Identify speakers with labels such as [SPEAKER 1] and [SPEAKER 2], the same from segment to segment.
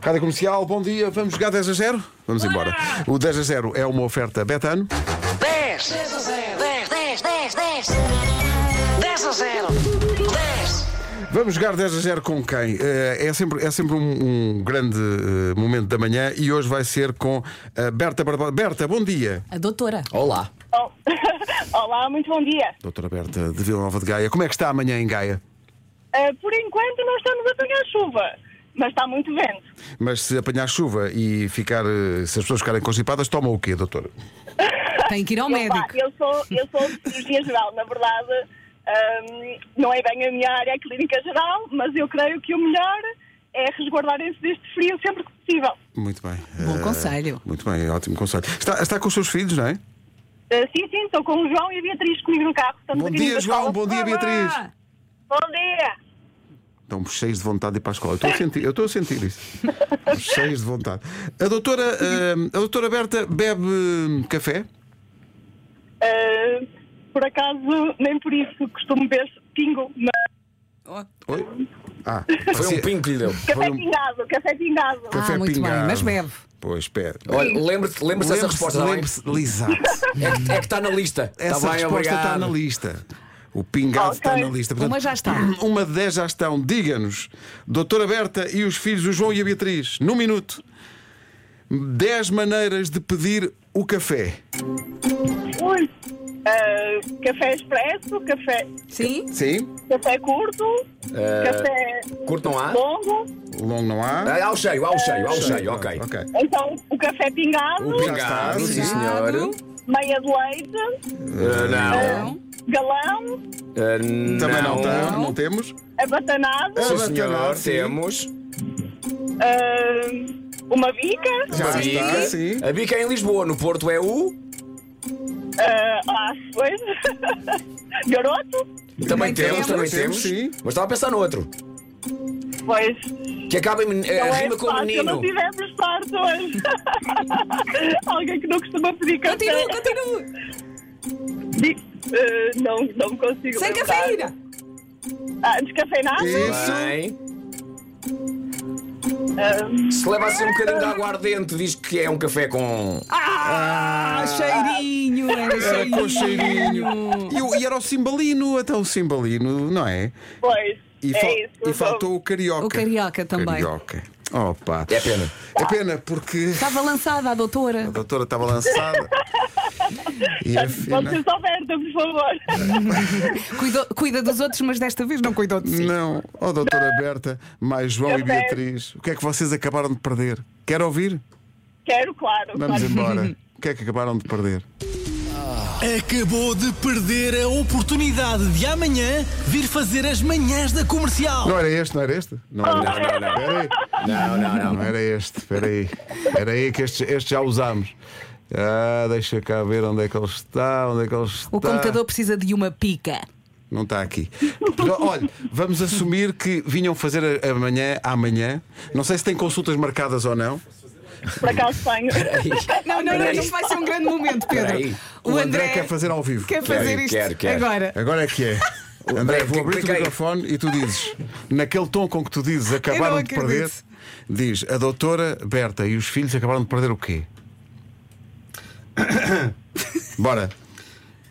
[SPEAKER 1] Rádio Comercial, bom dia. Vamos jogar 10 a 0? Vamos embora. O 10 a 0 é uma oferta Betano.
[SPEAKER 2] 10, 10, 10, 10, 10, 10 a 0, 10.
[SPEAKER 1] Vamos jogar 10 a 0 com quem? Eh, É sempre, é sempre um, um grande eh, momento da manhã e hoje vai ser com a Berta Barbosa. Berta, bom dia.
[SPEAKER 3] A doutora.
[SPEAKER 4] Olá.
[SPEAKER 5] Oh. Olá, muito bom dia.
[SPEAKER 1] Doutora Berta de Vila Nova de Gaia, como é que está amanhã em Gaia?
[SPEAKER 5] Ah, por enquanto não estamos a apanhar chuva, mas está muito vento.
[SPEAKER 1] Mas se apanhar chuva e ficar, eh, se as pessoas ficarem constipadas, tomam o quê, doutora?
[SPEAKER 3] Tem que ir ao
[SPEAKER 5] Eu, pá,
[SPEAKER 3] É um médico.
[SPEAKER 5] eu sou, eu sou de cirurgia geral, na verdade, ahm, não é bem a minha área a clínica geral, mas eu creio que o melhor é resguardarem-se deste frio sempre que possível.
[SPEAKER 1] Muito bem.
[SPEAKER 3] Bom
[SPEAKER 1] Eh,
[SPEAKER 3] conselho.
[SPEAKER 1] Muito bem, ótimo conselho. Está, está com os seus filhos, não é?
[SPEAKER 5] Ah, sim, sim, estou com o João e a Beatriz comigo no carro. Estamos
[SPEAKER 1] Bom
[SPEAKER 5] aqui
[SPEAKER 1] dia,
[SPEAKER 5] na
[SPEAKER 1] João.
[SPEAKER 5] escola.
[SPEAKER 1] Bom dia, Beatriz.
[SPEAKER 3] Ah,
[SPEAKER 5] Bom dia.
[SPEAKER 1] Estão cheios de vontade de ir para a escola. Eu estou a sentir, eu estou a sentir isso. Estão cheios de vontade. A doutora, eh, a doutora Berta bebe hum, café?
[SPEAKER 5] Ah, por acaso, nem por isso costumo ver pingo, mas
[SPEAKER 1] Oi? Ah,
[SPEAKER 4] Foi um
[SPEAKER 1] parecia-
[SPEAKER 4] pingo que lhe deu.
[SPEAKER 5] café
[SPEAKER 1] um-
[SPEAKER 5] pingado, café pingado.
[SPEAKER 1] Café
[SPEAKER 3] Ah, muito bem,
[SPEAKER 1] pingado.
[SPEAKER 3] mas bebe.
[SPEAKER 1] Pois, pede.
[SPEAKER 4] Olha, lembre-se lembre dessa resposta, está bem?
[SPEAKER 1] Lembre-se, Lisato.
[SPEAKER 4] É que, é que está na lista.
[SPEAKER 1] Essa
[SPEAKER 4] está bem,
[SPEAKER 1] resposta
[SPEAKER 4] obrigado.
[SPEAKER 1] está na lista. O pingado
[SPEAKER 5] Ok.
[SPEAKER 1] está na lista.
[SPEAKER 3] Uma já está.
[SPEAKER 1] Uma de dez já estão. Diga-nos, doutora Berta e os filhos, o João e a Beatriz, num minuto, dez maneiras de pedir o café.
[SPEAKER 5] Ui, ah, café expresso, café,
[SPEAKER 3] Sim?
[SPEAKER 1] Sim?
[SPEAKER 5] café curto, café
[SPEAKER 4] Curto não há?
[SPEAKER 5] longo,
[SPEAKER 1] Longo não há.
[SPEAKER 4] Ah, Há o cheio, há o cheio, há o cheio, ok.
[SPEAKER 1] Ok.
[SPEAKER 5] então o café pingado,
[SPEAKER 4] O
[SPEAKER 1] está,
[SPEAKER 4] pingado, sim senhor.
[SPEAKER 3] Obrigado.
[SPEAKER 5] meia de leite,
[SPEAKER 4] Ah, não.
[SPEAKER 3] Não.
[SPEAKER 5] galão,
[SPEAKER 4] Ah,
[SPEAKER 1] Também não, tem-
[SPEAKER 3] Não.
[SPEAKER 1] não temos.
[SPEAKER 5] abatanado,
[SPEAKER 4] Sim,
[SPEAKER 1] Abatanado,
[SPEAKER 4] senhor,
[SPEAKER 1] sim.
[SPEAKER 4] temos.
[SPEAKER 5] ah, uma bica,
[SPEAKER 1] Já
[SPEAKER 4] A
[SPEAKER 1] está,
[SPEAKER 4] bica.
[SPEAKER 1] sim.
[SPEAKER 4] A bica é em Lisboa, no Porto é o.
[SPEAKER 5] ah, ah, pois, garoto,
[SPEAKER 4] Também
[SPEAKER 3] temos,
[SPEAKER 4] temos, também
[SPEAKER 1] temos,
[SPEAKER 4] temos.
[SPEAKER 1] sim.
[SPEAKER 4] Mas estava a pensar no outro.
[SPEAKER 5] pois,
[SPEAKER 4] Que acaba em. eh,
[SPEAKER 5] não
[SPEAKER 4] rima
[SPEAKER 5] é
[SPEAKER 4] com
[SPEAKER 5] fácil,
[SPEAKER 4] menino.
[SPEAKER 5] não tivemos sorte hoje. Alguém que não costuma pedir café.
[SPEAKER 3] Continua, continua.
[SPEAKER 5] Di- ah, não, não consigo
[SPEAKER 3] Sem
[SPEAKER 5] lembrar.
[SPEAKER 3] cafeína.
[SPEAKER 5] Ah, descafeinado?
[SPEAKER 1] Isso.
[SPEAKER 4] Bem.
[SPEAKER 5] Ah,
[SPEAKER 4] Se leva assim um bocadinho de aguardente, diz que é um café com.
[SPEAKER 3] Ah, É, cheirinho. Era
[SPEAKER 1] Era com
[SPEAKER 3] cheirinho.
[SPEAKER 1] cheirinho. E, o- e era o cimbalino, até o cimbalino, não é?
[SPEAKER 5] Pois.
[SPEAKER 1] E,
[SPEAKER 5] é
[SPEAKER 1] fal-
[SPEAKER 5] isso,
[SPEAKER 1] e faltou o carioca.
[SPEAKER 3] O carioca também.
[SPEAKER 1] Carioca. Opa.
[SPEAKER 4] É pena.
[SPEAKER 1] É pena porque
[SPEAKER 3] Estava lançada a doutora.
[SPEAKER 1] a doutora estava lançada. e é afinal.
[SPEAKER 5] Vocês ofertam, por favor.
[SPEAKER 3] Cuidou- cuida dos outros, mas desta vez não cuidou de si.
[SPEAKER 1] Não, oh, doutora Berta, mais João e
[SPEAKER 5] Eu sei.
[SPEAKER 1] Beatriz, o que é que vocês acabaram de perder? Quer ouvir?
[SPEAKER 5] Quero, claro.
[SPEAKER 1] Vamos
[SPEAKER 5] claro.
[SPEAKER 1] embora. O que é que acabaram de perder?
[SPEAKER 6] Acabou de perder a oportunidade de amanhã vir fazer as manhãs da comercial.
[SPEAKER 1] Não era este, não era este? Não, era
[SPEAKER 4] Não, não, não.
[SPEAKER 1] Espera aí.
[SPEAKER 4] Não, não,
[SPEAKER 1] Não
[SPEAKER 4] não.
[SPEAKER 1] era este, espera aí. Era aí que este, este já usámos. Ah, deixa cá ver onde é que ele está, onde é que ele está.
[SPEAKER 3] O computador precisa de uma pica.
[SPEAKER 1] Não está aqui. Olha, vamos assumir que vinham fazer a- amanhã, amanhã. Não sei se tem consultas marcadas ou não.
[SPEAKER 5] Por acaso tenho.
[SPEAKER 3] Não, não, não, isto vai ser um grande momento, Pedro.
[SPEAKER 4] Peraí.
[SPEAKER 1] O André quer fazer ao vivo.
[SPEAKER 3] quer fazer isto
[SPEAKER 4] quer, quer.
[SPEAKER 3] agora.
[SPEAKER 1] Agora é que é. André,
[SPEAKER 4] Bem,
[SPEAKER 1] vou abrir o
[SPEAKER 4] clica aí.
[SPEAKER 1] microfone e tu dizes, naquele tom com que tu dizes acabaram
[SPEAKER 3] não
[SPEAKER 1] de perder,
[SPEAKER 3] acredito.
[SPEAKER 1] diz a doutora Berta e os filhos acabaram de perder o quê? Bora.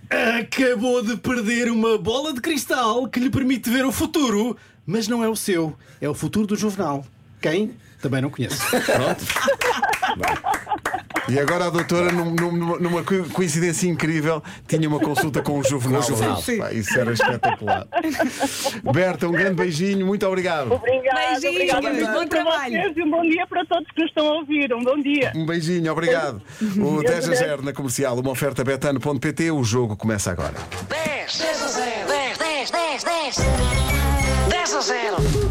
[SPEAKER 6] Acabou de perder uma bola de cristal que lhe permite ver o futuro, mas não é o seu, é o futuro do Juvenal. Quem? Também não conheço.
[SPEAKER 1] E agora a doutora, num- num- numa, numa co- coincidência incrível, tinha uma consulta com o Juvenal.
[SPEAKER 4] Com o Juvenal.
[SPEAKER 1] Sim, sim. Pá, isso era espetacular. Berta, um grande beijinho, muito obrigado.
[SPEAKER 5] Obrigada,
[SPEAKER 3] Beijinhos,
[SPEAKER 5] obrigada.
[SPEAKER 3] bom
[SPEAKER 5] Para
[SPEAKER 3] trabalho.
[SPEAKER 5] vocês E um bom dia para todos que nos estão a ouvir. Um bom dia.
[SPEAKER 1] Um beijinho, obrigado. O 10 a 0 na comercial, uma oferta betano.pt, o jogo começa agora.
[SPEAKER 2] 10, 10 a 0, 10, 10, 10, 10. 10 a 0,